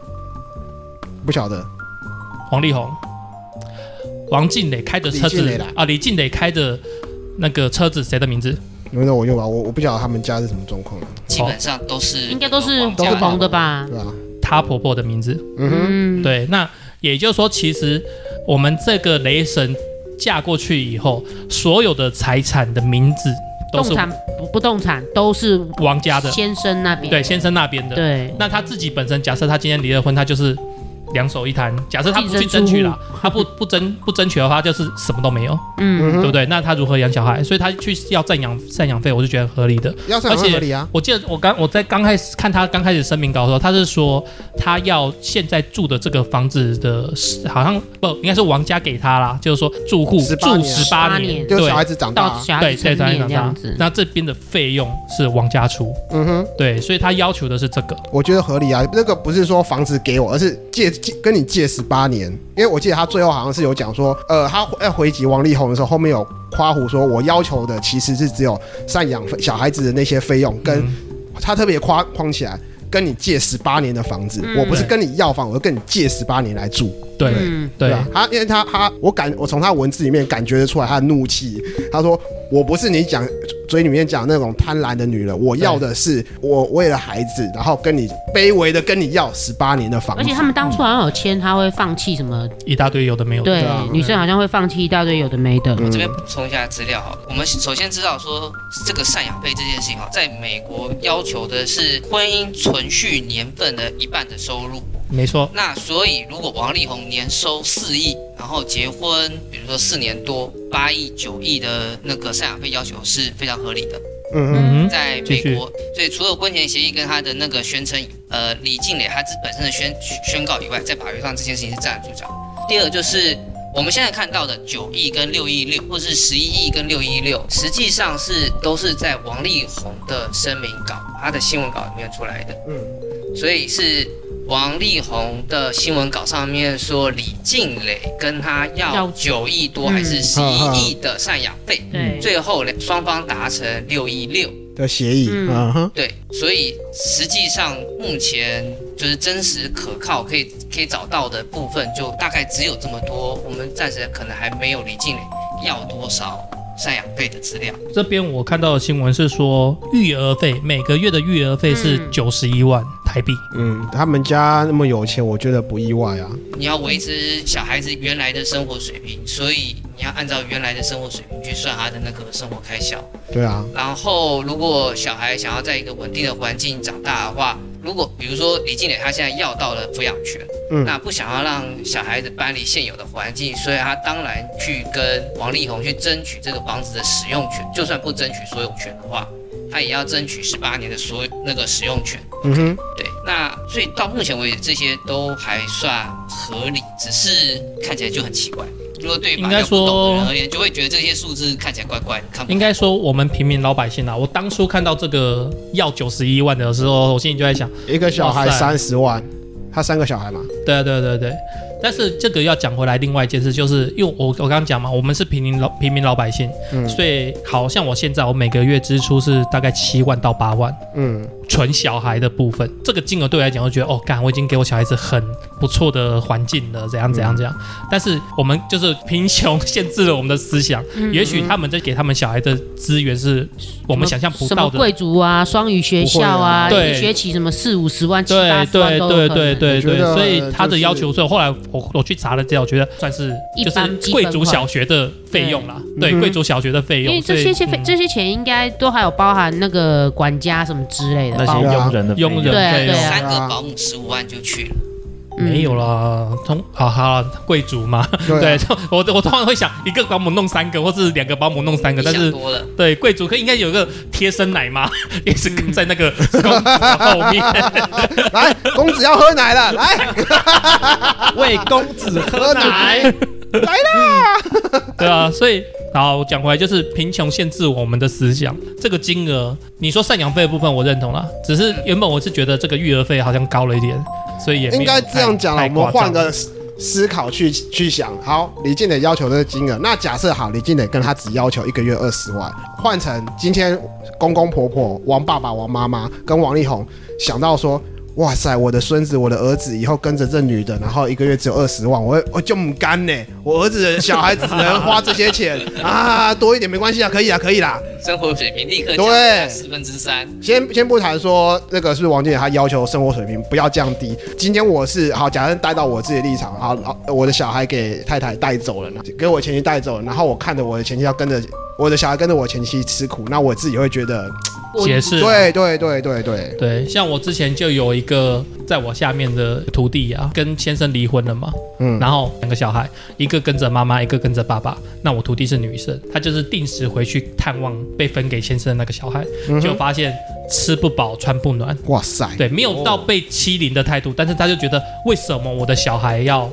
E: 不晓得，
B: 王力宏，王静蕾开的车
E: 李
B: 子
E: 静蕾啦
B: 啊，李静蕾开的那个车子谁的名字？
E: 轮到我用吧，我我不晓得他们家是什么状况，
D: 基本上都是
C: 哦应该都是
D: 王家
E: 都是
C: 红的吧
E: 对？吧、
B: 她婆婆的名字。
E: 嗯哼，
C: 嗯，
B: 对，那也就是说，其实我们这个雷神嫁过去以后，所有的财产的名字都
C: 动
B: 是
C: 产不不动产都是
B: 王家的，
C: 先生那边。
B: 对先生那边的。
C: 对
B: 那他自己本身，假设他今天离了婚，他就是两手一摊。假设他不去争取啦，他 不不争不争取的话，就是什么都没有，
C: 嗯，
B: 对不对？那他如何养小孩？所以他去要赡养赡养费，我是觉得合理的。
E: 要是
B: 而且
E: 很合理啊。
B: 我记得我刚我在刚开始看他刚开始声明稿的时候，他是说他要现在住的这个房子的，好像不应该是王家给他啦，就是说住户
E: 18
B: 住
E: 年
B: 十八
C: 18
B: 年，
C: 年
E: 就
B: 对
E: 小孩子长大
C: 到
E: 啊，
C: 小孩
B: 对
C: 子
B: 对
C: 成
B: 对，长
C: 年这
B: 大
C: 样子。
B: 那这边的费用是王家出，
E: 嗯哼，
B: 对，所以他要求的是这个。
E: 我觉得合理啊。那个不是说房子给我，而是借借跟你借十八年，因为我记得他最后好像是有讲说，呃，他要回击王力宏的时候，后面有夸胡说，我要求的其实是只有赡养费小孩子的那些费用，跟
B: 嗯
E: 他特别夸框起来。跟你借十八年的房子，
C: 嗯
E: 我不是跟你要房，我是跟你借十八年来住，
B: 对
C: 嗯，
B: 对啊
E: 吧？啊他因为他他我感我从他文字里面感觉得出来他的怒气。他说我不是你讲嘴里面讲那种贪婪的女人，我要的是我为了孩子，然后跟你卑微的跟你要十八年的房子。
C: 而且他们当初好像有签，他会放弃什么？
B: 一大堆有的没有的。
C: 对
E: 啊，
C: 女生好像会放弃一大堆有的没的。
E: 嗯
D: 这边补充一下资料哈，我们首先知道说这个赡养费这件事情哈，在美国要求的是婚姻存续年份的一半的收入。
B: 没错，
D: 那所以如果王力宏年收四亿，然后结婚，比如说四年多，八亿九亿的那个赡养费要求是非常合理的，
E: 嗯哼，
B: 嗯哼，
D: 在
B: 继
D: 美
B: 续
D: 国。所以除了婚前协议跟他的那个宣称，呃，李静蕾他自本身的宣宣告以外，在法律上这件事情是站得住脚的。第二就是我们现在看到的九亿跟六亿六，或是十一亿跟六亿六，实际上是都是在王力宏的声明稿、他的新闻稿里面出来的。嗯，所以是王力宏的新闻稿上面说李静蕾跟他
C: 要
D: 要九亿多
C: 嗯
D: 还是十
E: 哈哈
D: 一亿的赡养费，
B: 嗯
C: 对，
D: 最后两双方达成六亿六。
E: 的协议，
C: 嗯
E: 嗯哼，
D: 对，所以实际上目前就是真实可靠可以可以找到的部分，就大概只有这么多。我们暂时可能还没有李静蕾要多少赡养费的资料。
B: 这边我看到的新闻是说，育儿费每个月的育儿费是
C: 嗯
B: 九十一万台币。
E: 嗯，他们家那么有钱，我觉得不意外啊。
D: 你要维持小孩子原来的生活水平，所以你要按照原来的生活水平去算他的那个生活开销。
E: 对啊，
D: 然后，如果小孩想要在一个稳定的环境长大的话，如果比如说李静蕾她现在要到了抚养权，
E: 嗯
D: 那不想要让小孩子搬离现有的环境，所以她当然去跟王力宏去争取这个房子的使用权，就算不争取所有权的话，她也要争取十八年的所有那个使用权。
E: 嗯哼，
D: 对，那所以到目前为止，这些都还算合理，只是看起来就很奇怪。如果对于法
B: 应该
D: 律不懂的人
B: 说
D: 而言，就会觉得这些数字看起来怪怪，看不懂
B: 应该说，我们平民老百姓啊，我当初看到这个要九十一万的时候，我心里就在想，
E: 一个小孩
B: 哇塞
E: 三十万，他三个小孩嘛，
B: 对啊对对对。但是这个要讲回来，另外一件事就是，因为我我刚刚讲嘛，我们是平民老平民老百姓，
E: 嗯
B: 所以好像我现在我每个月支出是大概七万到八万，
E: 嗯，
B: 纯小孩的部分，这个金额对我来讲，我觉得哦，干，我已经给我小孩子很不错的环境了，怎样怎样怎样。
C: 嗯
B: 但是我们就是贫穷限制了我们的思想，也许他们在给他们小孩的资源是我们想象不
C: 嗯什
B: 到
C: 么
B: 的。
C: 贵族啊，双语学校啊，
B: 不会啊
C: 一
B: 对
C: 学期什么四五十万、七八
B: 对
C: 十万
B: 对
C: 都有
B: 对
C: 可能
B: 对对
E: 我觉
B: 对，
E: 得
B: 所以他的
E: 就是
B: 要求，所以后来我我去查了资料，我觉得算是
C: 一
B: 就是
C: 般基
B: 贵
C: 本
B: 族
C: 款
B: 小学的费用啦，
E: 嗯
B: 对
E: 哼
B: 贵族小学的费
C: 因为
B: 用，所
C: 这
B: 以
C: 些些费
B: 嗯
C: 这些钱应该都还有包含那个管家什么之类的，
A: 那
C: 包
A: 些
E: 对啊
A: 佣人的费用
B: 佣
C: 对
B: 人
C: 啊
B: 费用
C: 对啊
D: 三个保姆十五万就去了。
C: 嗯
B: 没有啦，通啊哈贵族嘛，
E: 对
B: 对
E: 啊，，
B: 我我通常会想一个保姆弄三个，或是两个保姆弄三个，
D: 你
B: 但
D: 想
B: 是
D: 多了，
B: 对贵族可应该有个贴身奶妈，
C: 嗯
B: 也是跟在那个公主的后面。
E: 来，公子要喝奶了，来
F: 为公子喝奶。
B: 对啊，所以好，我讲回来就是贫穷限制我们的思想。这个金额，你说赡养费的部分我认同啦，只是原本我是觉得这个育儿费好像高了一点，所以也没有
E: 应该这样讲了，
B: 太
E: 我们
B: 太夸
E: 换
B: 张
E: 个思思考去去想。好，李静磊要求的金额，那假设好，李静磊跟他只要求一个月二十万，换成今天公公婆婆、王爸爸、王妈妈跟王力宏想到说。哇塞！我的孙子，我的儿子以后跟着这女的，然后一个月只有二十万，我会我就唔干呢。我儿子的小孩子只能花这些钱啊，多一点没关系啊，可以啊，可以啦。
D: 生活水平立刻降
E: 对
D: 下四分之三。
E: 先先不谈说那个是不是王健林，他要求生活水平不要降低。今天我是好，假设带到我自己的立场，好，老我的小孩给太太带走了，给我前妻带走了，然后我看着我的前妻要跟着我的小孩跟着我前妻吃苦，那我自己会觉得，
C: 我
B: 解释啊
E: 对对对对对，
B: 对，像我之前就有一个在我下面的徒弟啊，跟先生离婚了嘛，
E: 嗯，
B: 然后两个小孩，一个跟着妈妈，一个跟着爸爸。那我徒弟是女生，她就是定时回去探望被分给先生的那个小孩，
E: 嗯哼
B: 就发现吃不饱穿不暖，
E: 哇塞，
B: 对，没有到被欺凌的态度，但是她就觉得为什么我的小孩要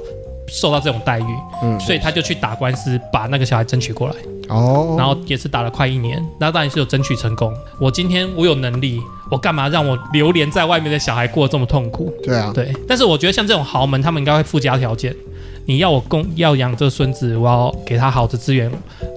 B: 受到这种待遇，
E: 嗯，
B: 所以她就去打官司把那个小孩争取过来。
E: 哦，
B: 然后也是打了快一年，那当然是有争取成功。我今天我有能力，我干嘛让我流连在外面的小孩过得这么痛苦？
E: 对啊，
B: 对，但是我觉得像这种豪门，他们应该会附加条件，你要我供要养这个孙子，我要给他好的资源，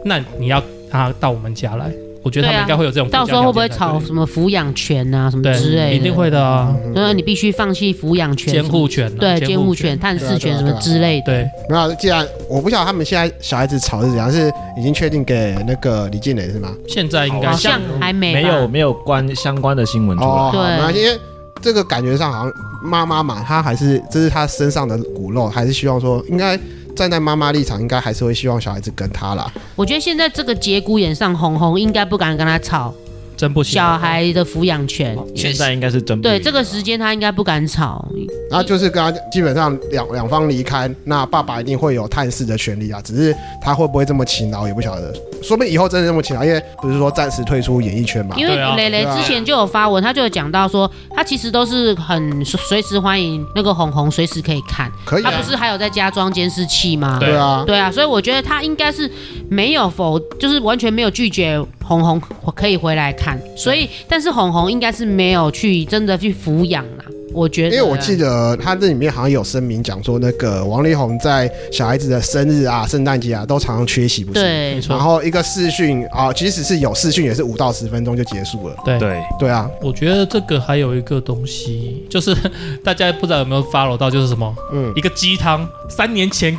B: 那你要他到我们家来。我觉得他
C: 对
B: 们
C: 啊
B: 应该会有这种附加
C: 到
B: 条
C: 时
B: 件才
C: 候
B: 对、
C: 会不会吵什么抚养权啊什么之类
B: 对，
C: 的？
B: 一定会的啊，
C: 呃，你必须放弃抚养权什
B: 监
C: 么、
B: 护权、啊，
C: 对监护
B: 权
C: 权、，探视
E: 对啊对啊
C: 权什么
E: 对啊
C: 之类的。
B: 对，
E: 没有，既然我不晓得他们现在小孩子吵是怎样，是已经确定给那个李静蕾是吗？
B: 现在应该
C: 好
B: 啊像
C: 像还没吧
F: 没有没有关相关的新闻出来。
E: 哦，好
C: 对
E: 没关系，因为这个感觉上好像妈妈嘛，她还是这是她身上的骨肉，还是希望说应该站在妈妈立场，应该还是会希望小孩子跟她啦。
C: 我觉得现在这个节骨眼上，红红应该不敢跟他吵
B: 真不行。
C: 小孩的抚养权。
D: 确
F: 现
D: 实
F: 在应该是真不
C: 对
F: 一
C: 这个时间，他应该不敢吵。
E: 然后就是跟她基本上两两方离开，那爸爸一定会有探视的权利啊，只是他会不会这么勤劳也不晓得，说不定以后真的这么勤劳，因为不是说暂时退出演艺圈嘛。
C: 因为
B: 对啊
C: 蕾蕾
E: 对啊
C: 之前就有发文，他就有讲到说，他其实都是很随时欢迎那个红红，随时可以看。
E: 可以
C: 他
E: 啊
C: 不，是还有在家装监视器吗？
E: 对啊，
C: 对啊，所以我觉得他应该是没有否，就是完全没有拒绝红红可以回来看，所以但是红红应该是没有去真的去抚养啦，我觉
E: 因
C: 得。
E: 为我记得他这里面好像有声明讲说，那个王力宏在小孩子的生日啊、圣诞节啊都常常缺席，不是？
C: 对
B: 没，错
E: 然后一个视讯啊，即使是有视讯，也是五到十分钟就结束了。
B: 对
F: 对，
E: 对啊，
B: 我觉得这个还有一个东西，就是 大家不知道有没有 follow 到，就是什么，
E: 嗯
B: 一个鸡汤，三年前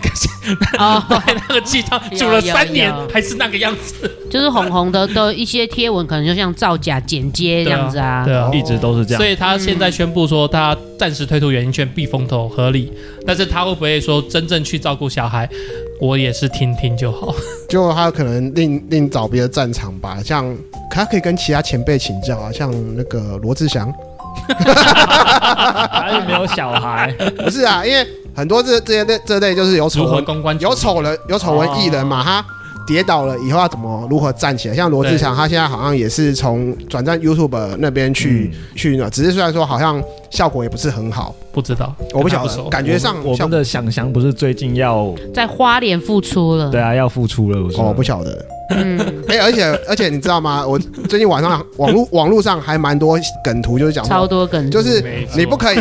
C: 哦，
B: 买那个鸡汤
C: 有
B: 煮了三年
C: 有有
B: 还是那个样子，
C: 就是红红的的一些贴文，可能就像造假、剪接这样子啊。
B: 对啊
E: 哦。
F: 一直都是这样
B: 所。以他现在宣布说，他暂时退出演艺圈避风头合理，但是他会不会说真正去照顾小孩，我也是听听就好。
E: 就他可能另另找别的战场吧，像他可以跟其他前辈请教啊，像那个罗志 祥，
F: 还哎有没有小 孩，
E: 不是啊，因为很多这这些类这类就是有丑
B: 如何
E: 闻，
B: 公关？
E: 有丑人有丑闻艺人嘛，
F: 哦
E: 他跌倒了以后要怎么如何站起来？像罗志祥，他现在好像也是从转战 YouTube 那边去、
F: 嗯
E: 去呢，只是虽然说好像效果也不是很好，
B: 不知道，
E: 我不晓
B: 跟他
E: 得，
B: 熟
E: 感觉上
F: 我们我
E: 效
F: 们的想象不是最近要
C: 在花脸付出了。
F: 对啊要付出了，不是吗
E: 哦不晓得。
C: 嗯，
E: 哎、而且而且你知道吗？我最近晚上网络网络上还蛮多梗图，就是讲说
C: 超多梗图，
E: 就是
B: 没错
E: 你不可以，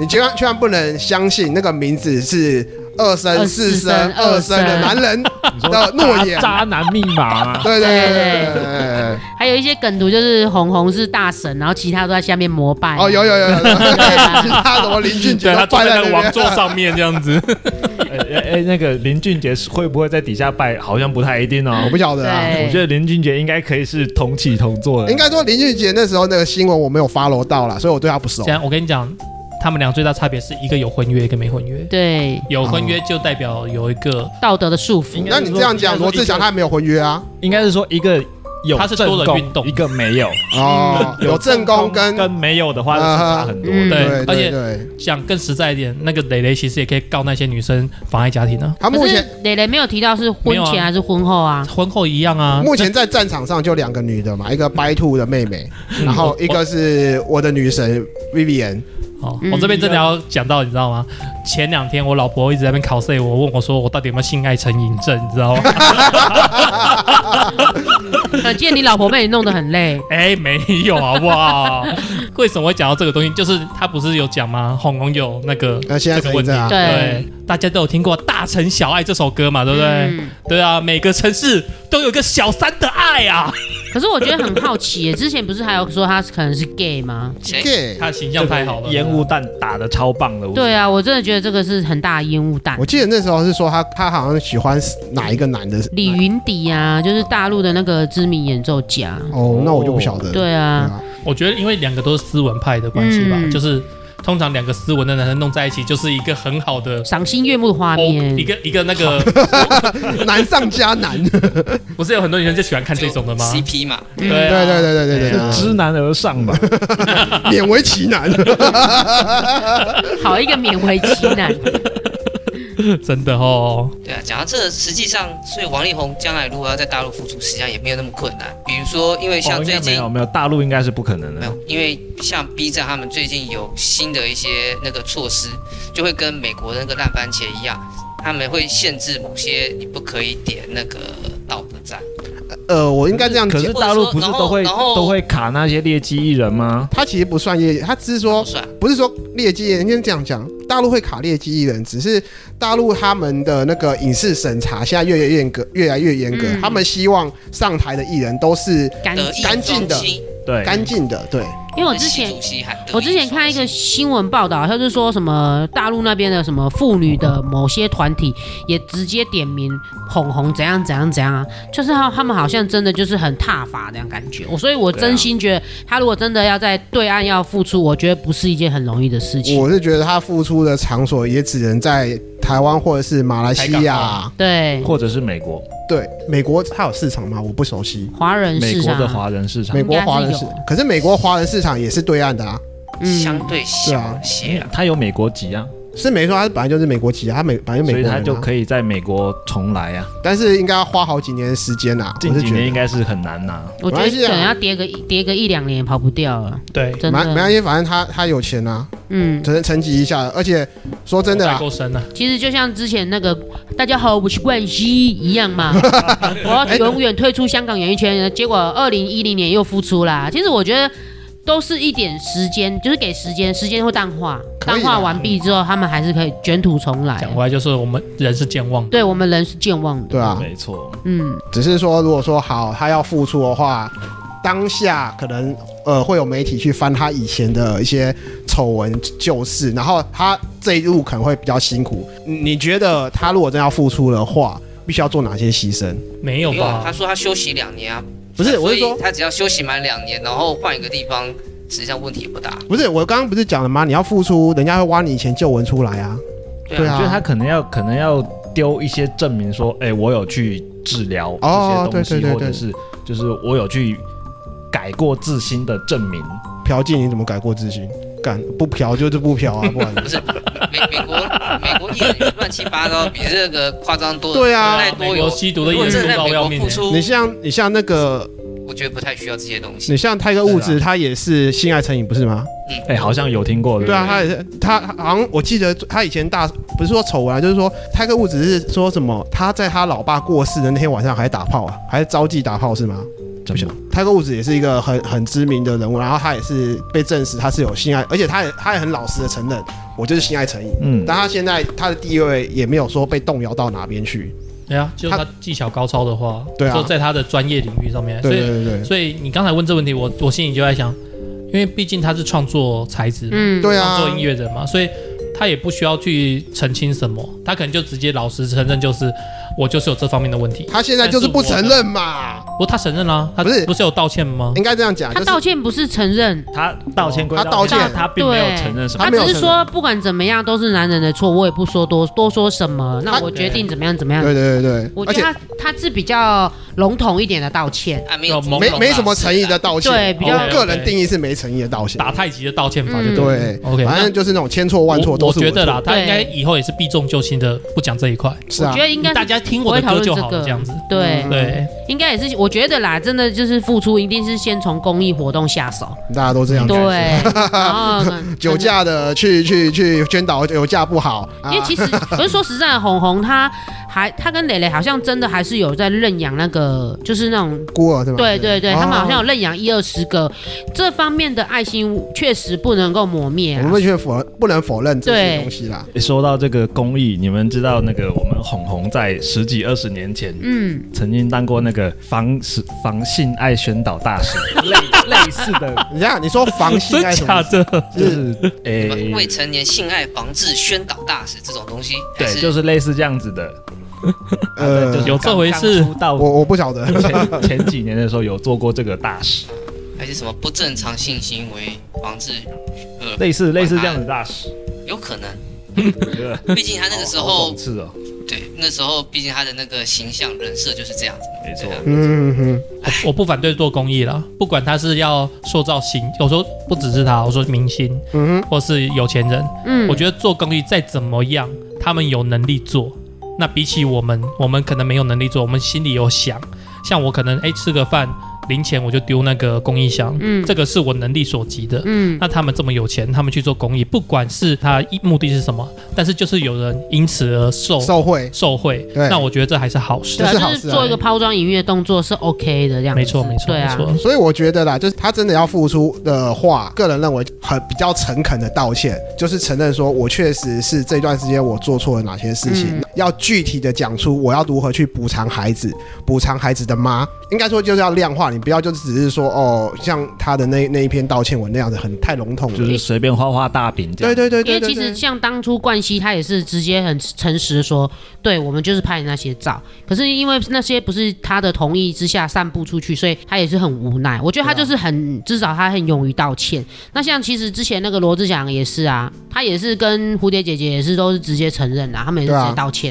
E: 你千万千万不能相信那个名字是二声、
C: 二
E: 四
C: 四
E: 声
C: 声、
E: 二声的男人
F: 你说
E: 的诺言。
F: 啊渣男密码啊吗
E: 对对对对
C: 对
E: 对对对，
C: 还有一些梗图，就是红红是大神，然后其他都在下面膜拜。啊
E: 哦，有有有有，有其他什么林俊杰
B: 对他
E: 都
B: 坐
E: 摆
B: 在
E: 在
B: 那个
E: 那
B: 王
E: 边，
B: 座上面这样子，
F: 哎哎哎，那个林俊杰会不会在底下拜？好像不太一定哦
E: 我。不晓得啊。
C: 对，
F: 我觉得林俊杰应该可以是同起同坐的，
E: 应该说林俊杰那时候那个新闻我没有 follow 到啦，所以我对他不熟
B: 现。在我跟你讲，他们俩最大差别是一个有婚约，一个没婚约。
C: 对
B: 有婚约就代表有一个
C: 道德的束缚
F: 应，该
E: 那你这样讲，罗志祥他没有婚约啊？
F: 应该是说一个有
B: 他是
F: 正
B: 多了
F: 宫
B: 运动
F: 一个没有，
E: 哦，有正宫跟
F: 跟没有的话是
E: 嗯
F: 差很多
C: 嗯
F: 的。
E: 对
B: 对而
E: 对
B: 且
E: 对，
B: 讲更实在一点，那个蕾蕾其实也可以告那些女生妨碍家庭啊，
E: 他目
C: 可是
E: 前
C: 蕾蕾没有提到是婚
B: 没有啊
C: 前还是婚后啊？
B: 婚后一样啊。
E: 目前在战场上就两个女的嘛，一个白兔的妹妹，然后一个是我的女神 Vivian。
B: 哦，
C: 嗯
B: 我这边真的要讲到，你知道吗？前两天我老婆一直在那边考 C，我问我说我到底有没有性爱成瘾症，你知道吗？
C: 可呃见你老婆被你弄得很累。
B: 哎，没有好不好？为什么会讲到这个东西？就是他不是有讲吗？红红有那个
E: 那现在
B: 这个问题
E: 成瘾症啊，
C: 对，
B: 大家都有听过《大城小爱》这首歌嘛，对不对？
C: 嗯
B: 对啊，每个城市都有一个小三的爱啊。
C: 可是我觉得很好奇耶，之前不是还有说他可能是 gay 吗？
D: 谁
E: gay
B: 他的形象太好了，
F: 烟雾弹打的超棒的，我
C: 对啊，我真的觉得这个是很大的烟雾弹
E: 我。记得那时候是说他他好像喜欢哪一个男的
C: 李云迪啊，就是大陆的那个知名演奏家。
E: 哦，那我就不晓得。
C: 对啊，
E: 啊，
B: 我觉得因为两个都是斯文派的关系吧，
C: 嗯
B: 就是通常两个斯文的男生弄在一起，就是一个很好
E: 嗯
B: 的
C: 赏心悦目的画
B: 哦，一
C: 面。
B: 个一个那个，
E: 难啊上加难。
B: 不是有很多女生就喜欢看这种的吗？
D: ？CP 嘛，
B: 对
E: 对
B: 啊
E: 对对对对对对
F: 就知难而上
E: 嗯
F: 吧。哦
E: 对，勉为其难。
C: 好一个勉为其 难，
B: 真的哦，
D: 对啊，讲到这，实际上，所以王力宏将来如果要在大陆复出，实际上也没有那么困难。比如说，因为像
F: 哦应
D: 最
F: 该没
D: 近、
F: 有没有，大陆应该是不可能
D: 没
F: 的。
D: 有，因为像 B 站他们最近有新的一些那个措施，就会跟美国的那个烂番茄一样，他们会限制某些你不可以点那个道德站。
E: 呃，我应该这样
F: 可
E: 讲
F: 是，大陆不是都会
D: 然后然后
F: 都会卡那些劣迹艺人吗？
E: 他其实不算业，他只是说
D: 不算，
E: 不是说劣迹艺人，先这样讲，大陆会卡劣迹艺人，只是大陆他们的那个影视审查现在越来越严格，越来越严格，
C: 嗯
E: 他们希望上台的艺人都是
C: 干
D: 德
C: 净。
D: 艺
E: 干净的
D: 双馨
F: 对，
E: 干净的，对，
C: 因为我之
D: 习
C: 前
D: 主席喊德
C: 我之
D: 艺
C: 前
D: 双
C: 看一个
D: 馨
C: 新闻报道，他就说什么大陆那边的什么妇女的某些团体也直接点名捧红怎样怎样怎样啊，就是他他们好像真的就是很踏法那样感觉。我所以，我
F: 啊
C: 真心觉得他如果真的要在对岸要付出，我觉得不是一件很容易的事情。
E: 我是觉得他付出的场所也只能在台湾或者是马来西
B: 台港
E: 亚
B: 澳，
C: 对，
F: 或者是美国，
E: 对，美国它有市场吗？我不熟悉。
C: 华人
F: 美
C: 市
F: 国
C: 场
F: 的
C: 啊，
F: 华人市场
E: 美，国华人
C: 应该
E: 市
C: 是有，
E: 可是美国华人市场也是对岸的啊，
C: 嗯
D: 相对
E: 对
D: 小
E: 啊
D: 一些啊，
F: 他有美国籍啊，
E: 是没错，他本来就是美国籍啊，他美本来就
F: 所
E: 美
F: 以
E: 国
F: 他
E: 人、
F: 就
E: 啊，
F: 可以在美国重来啊。
E: 但是应该要花好几年的时间啊，我
F: 近
E: 是
F: 几
E: 觉
F: 年应
E: 得。
F: 该是很难拿。
C: 我觉
E: 马
C: 得
E: 来西亚
C: 可能要跌个一跌个一两年也跑不掉了，
B: 对，
C: 真
E: 没没关
C: 的。
E: 系，反正他他有钱啊，
C: 嗯，
E: 只能沉寂一下。而且说真的
B: 代
E: 啦，
B: 沟深啊，
C: 其实就像之前那个大家好，我是冠希一样 嘛，我要永远退出香港演艺圈，结果二零一零年又复出啦。其实我觉得都是一点时间，就是给时间，时间会淡化，
E: 可以
C: 淡
E: 啦
C: 化完毕之后，他们还是可以卷土重来
B: 讲。回来就是我们人是健忘的，
C: 对我们人是健忘的，
E: 对啊，
F: 没错，
C: 嗯，
E: 只是说如果说好他要付出的话，当下可能呃会有媒体去翻他以前的一些丑闻旧事，然后他这一路可能会比较辛苦。你你觉得他如果真要付出的话，必须要做哪些牺牲？
B: 没有
D: 没有啊，他
B: 吧？
D: 说他休息两年啊，
E: 不是，我
D: 所
E: 是
D: 以
E: 说，
D: 他只要休息满两年，然后换一个地方，实际上问题也不大。
E: 不是我刚刚不是讲了吗？你要付出，人家会挖你以前旧闻出来啊。对
F: 我
E: 啊，
F: 觉得他可能要可能要丢一些证明说，哎，我有去治疗这
E: 哦
F: 些东西，
E: 对对对
F: 或者
E: 对
F: 是就是我有去改过自新的证明。
E: 嫖妓你怎么改过自新？干不嫖就是不嫖啊，不然
D: 不是美美国美国艺人乱七八糟，比这个夸张多了。
E: 对啊
D: 太
B: 美
D: 多
B: 国
D: 有
B: 吸毒的严
D: 如果真
B: 重
D: 的在
B: 到
D: 美
B: 要
D: 国
B: 命
D: 付
B: 欸，
D: 出
E: 你，像你像那个
D: 我觉得不太需要这些东西。
E: 你像泰戈物
F: 是
E: 质，他也是性爱成瘾不是吗？
D: 嗯，
F: 哎，好像有听过，
E: 对啊，
F: 不
E: 他也是他好像我记得他以前大不是说丑闻啊，就是说泰戈物质是说什么他在他老爸过世的那天晚上还打炮啊，还招妓打炮是吗？
F: 怎么
E: 泰戈物质也是一个很很知名的人物，然后他也是被证实他是有性爱，而且他也他也很老实的承认我就是性爱成瘾，
F: 嗯，
E: 但他现在他的地位也没有说被动摇到哪边去。
B: 对啊，就是他技巧高超的话，
E: 对啊
B: 就在他的专业领域上面，所
E: 对
B: 以
E: 对对
B: 所以你刚才问这问题，我我心里就在想，因为毕竟他是创作才子嘛，
C: 嗯，
E: 对啊
B: 创作音乐人嘛，所以他也不需要去澄清什么，他可能就直接老实承认，就是我就是有这方面的问题。
E: 他现在就是不承认嘛，
B: 不过他承认啦、他
E: 不是嗯
B: 不是有道歉吗？
E: 应该这样讲，就
C: 他
E: 是
C: 道歉不是承认，
F: 他道歉归
E: 他道歉
F: 他并没有承认什么
E: 他
C: 他
E: 没
C: 只
E: 有
C: 是说不管怎么样都是男人的错，我也不说多多说什么，那
E: 他
C: 我决定怎么样怎么样。
E: 对对对
C: 我
E: 对，
C: 觉
E: 而
C: 得
E: 且
C: 他他是比较笼统一点的道歉，
D: 啊，没有
B: 有懵
E: 没
B: 懂
E: 没
B: 啦
E: 什么诚意的道歉，
C: 对比较
E: 我个人定义是没诚意的道歉。
B: 打太极的道歉法就
C: 嗯
B: 对了。
E: 对
B: OK，
E: 反正就是那种千错万错
B: 我
E: 都
B: 我
E: 是我
B: 觉得
E: 错
B: 啦，他应该
C: 对
B: 以后也是避重就轻的，不讲这一块，
E: 是
C: 我
E: 啊
C: 觉，得应该
B: 嗯大
C: 是
B: 家听
C: 不
B: 我
C: 会
B: 的
C: 讨
B: 歌
C: 论
B: 就
C: 这
B: 好了，
C: 个
B: 这样子。
C: 对
E: 嗯，
B: 对，
C: 应该也是，我觉得啦，真的就是付出一定是先从公益活动下手，
E: 大家都
C: 嗯
E: 这样子。
C: 对，然后
E: 酒。驾的去去去宣导酒驾不好，啊
C: 因为其实，我是说实在的，红红她还她跟蕾蕾好像真的还是有在认养那个，就是那种
E: 孤儿是吗？
C: 对对对，
E: 哦
C: 他们好像有认养一二十个，这方面的爱心确实不能够磨灭
E: 我
C: 啊
E: 们。却否不能否认这些
C: 对
E: 东西啦。
F: 哎说到这个公益，你们知道那个我们红红在十几二十年前
C: 嗯，
F: 曾经当过那个防是防性爱宣导大 使，类类似的，
E: 你看，你说防性
B: 真
E: 爱什
B: 假
E: 么？
B: 的？
F: 就是诶、
D: 什么未成年性爱防治宣导大使这种东西，还
F: 对，就是类似这样子的。啊
E: 呃
F: 对就是
B: 有这回事
F: 刚刚出道
E: 我我不晓得，嗯
F: 前前几年的时候有做过这个大使，
D: 还是什么不正常性行为防治，呃，
F: 类似类似这样子的大使，
D: 有可能。
F: 对吧
D: 毕竟他那个时
F: 好
D: 候
F: 讽，刺哦，
D: 对，那时候毕竟他的那个形象人设就是这样子嘛。
F: 没错
D: 对啊
E: 嗯哼，
B: 我我不反对做公益啦，不管他是要塑造型，我说不只是他，我说明星
E: 嗯哼，
B: 或是有钱人，
C: 嗯，
B: 我觉得做公益再怎么样，他们有能力做。那比起我们，我们可能没有能力做，我们心里有想。像我可能哎吃个饭，零钱我就丢那个公益箱，
C: 嗯
B: 这个是我能力所及的。
C: 嗯
B: 那他们这么有钱，他们去做公益，不管是他一目的是什么，但是就是有人因此而受
E: 受贿，
B: 受贿，
E: 对
B: 那我觉得这还是好事
C: 对。
E: 这是
C: 啊，
E: 好
C: 就
E: 事
C: 是
E: 啊
C: 做一个抛砖引玉的动作是 OK 的这样子。
B: 没错，没错，
C: 对
B: 没
C: 啊，
B: 错。
E: 所以我觉得啦，就是他真的要付出的话，个人认为很比较诚恳的道歉，就是承认说我确实是这段时间我做错了哪些事情，
C: 嗯
E: 要具体的讲出我要如何去补偿孩子，补偿孩子的妈，应该说就是要量化，你不要就只是说哦，像他的那那一篇道歉文那样子，很太笼统了。
F: 就是随便画画大饼这
E: 对
F: 样。
E: 对对
C: 因
E: 对
C: 为
E: 对
C: 其
E: 对
C: 实像当初冠希他也是直接很诚实地说，对我们就是拍那些照，可是因为那些不是他的同意之下散布出去，所以他也是很无奈。我觉
E: 啊
C: 得他就是很，至少他很勇于道歉。那像其实之前那个罗志祥也是啊，他也是跟蝴蝶姐姐也是都是直接承认啦，他们也是
E: 对啊嗯
C: 直接道歉。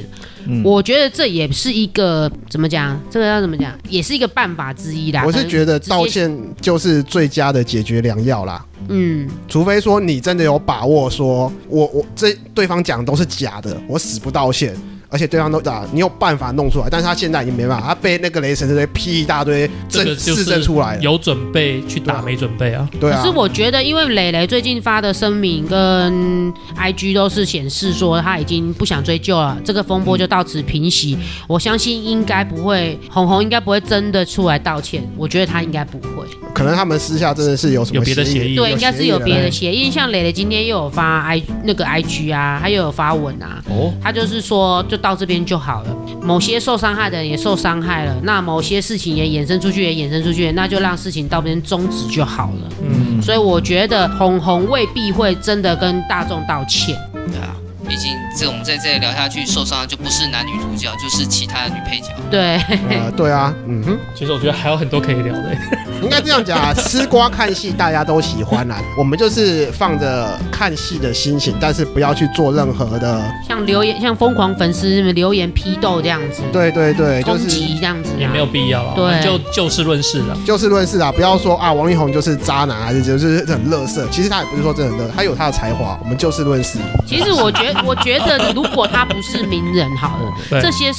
C: 我觉得这也是一个怎么讲，这个要怎么讲，也是一个办法之一啦。
E: 我是觉得道
C: 直接，
E: 歉就是最佳的解决良药啦。
C: 嗯，
E: 除非说你真的有把握说，我我这对方讲都是假的，我死不道歉，而且对方都啊，你有办法弄出来，但是他现在已经没办法，他被那个雷神这堆批一大堆
B: 这
E: 证
B: 个就
E: 事
B: 是
E: 证出来了，
B: 有准备去打没准备啊？
E: 对
C: 可
E: 啊
C: 是，我觉得，因为磊磊最近发的声明跟 IG 都是显示说他已经不想追究了，这个风波就到此平息。我相信应该不会，红红应该不会真的出来道歉。我觉得他应该不会，
E: 可能他们私下真的是有什么
B: 有别的协议
E: 议，
C: 对，应该是有别的
E: 协议
C: 协议。像磊磊今天又有发 I 那个 IG 啊，他又有发文啊，
F: 哦，
C: 他就是说就到这边就好了。某些受伤害的人也受伤害了，那某些事情也衍生出去，也衍生出去，那就让事情到这边终止就好了。
B: 嗯，
C: 所以我觉得红红未必会真的跟大众道歉。
D: 对啊，毕竟这我们在这里聊下去，受伤的就不是男女主角，就是其他的女配角。
C: 对，
E: 啦。呃，对啊，嗯哼，
B: 其实我觉得还有很多可以聊的、
E: 应该这样讲啊，吃瓜看戏大家都喜欢啦，我们就是放着看戏的心情，但是不要去做任何的，
C: 像留言，像疯狂粉丝留言批斗这样子，
E: 对对对，就
C: 攻
E: 是
C: 击这样子、啊，
B: 也没有必要了。
C: 对
B: 我们就就事论事了。
E: 就事论事啊，不要说啊，王力宏就是渣男，还是就是很乐色。其实他也不是说真的很乐，他有他的才华，我们就事论事。
C: 其实我觉我觉得，如果他不是名人好了，
B: 对
C: 这些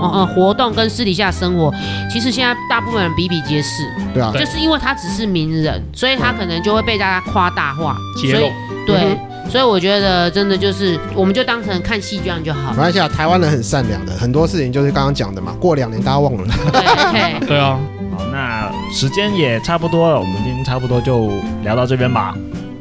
C: 呃活动跟私底下生活，其实现在大部分人比比皆是，
E: 对啊，
C: 就是因为他只是名人，所以他可能就会被大家夸大化，
B: 揭
C: 所以
B: 露嗯
C: 对。所以我觉得真的就是，我们就当成看戏这样就好了。
E: 没关系啊，台湾人很善良的，很多事情就是刚刚讲的嘛，过两年大家忘了。
C: 对，
B: 对啊，
F: 好，那时间也差不多了，我们今天差不多就聊到这边吧。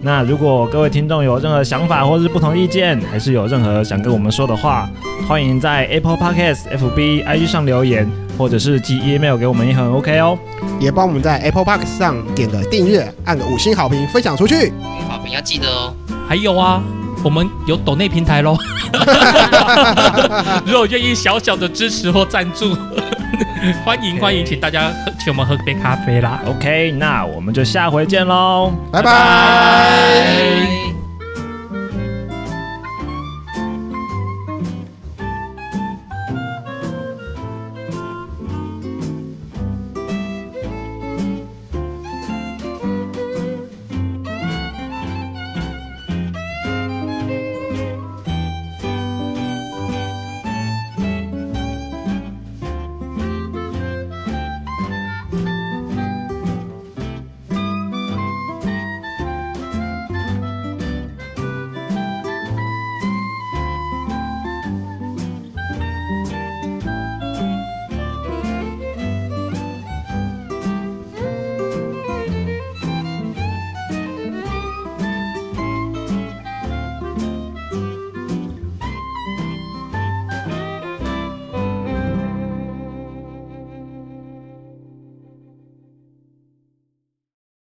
F: 那如果各位听众有任何想法或是不同意见，还是有任何想跟我们说的话，欢迎在 Apple Podcast、FB、IG 上留言，或者是寄 email 给我们也很 OK 哦。
E: 也帮我们在 Apple Park 上点个订阅，按个五星好评，分享出去。
D: 好，你要记得哦。
B: 还有啊，我们有抖内平 台喽。如果愿意小小的支持或赞助， 欢迎欢迎，请大家喝请我们喝杯咖啡啦。
F: OK，那我们就下回见喽。
E: 拜拜
B: 哎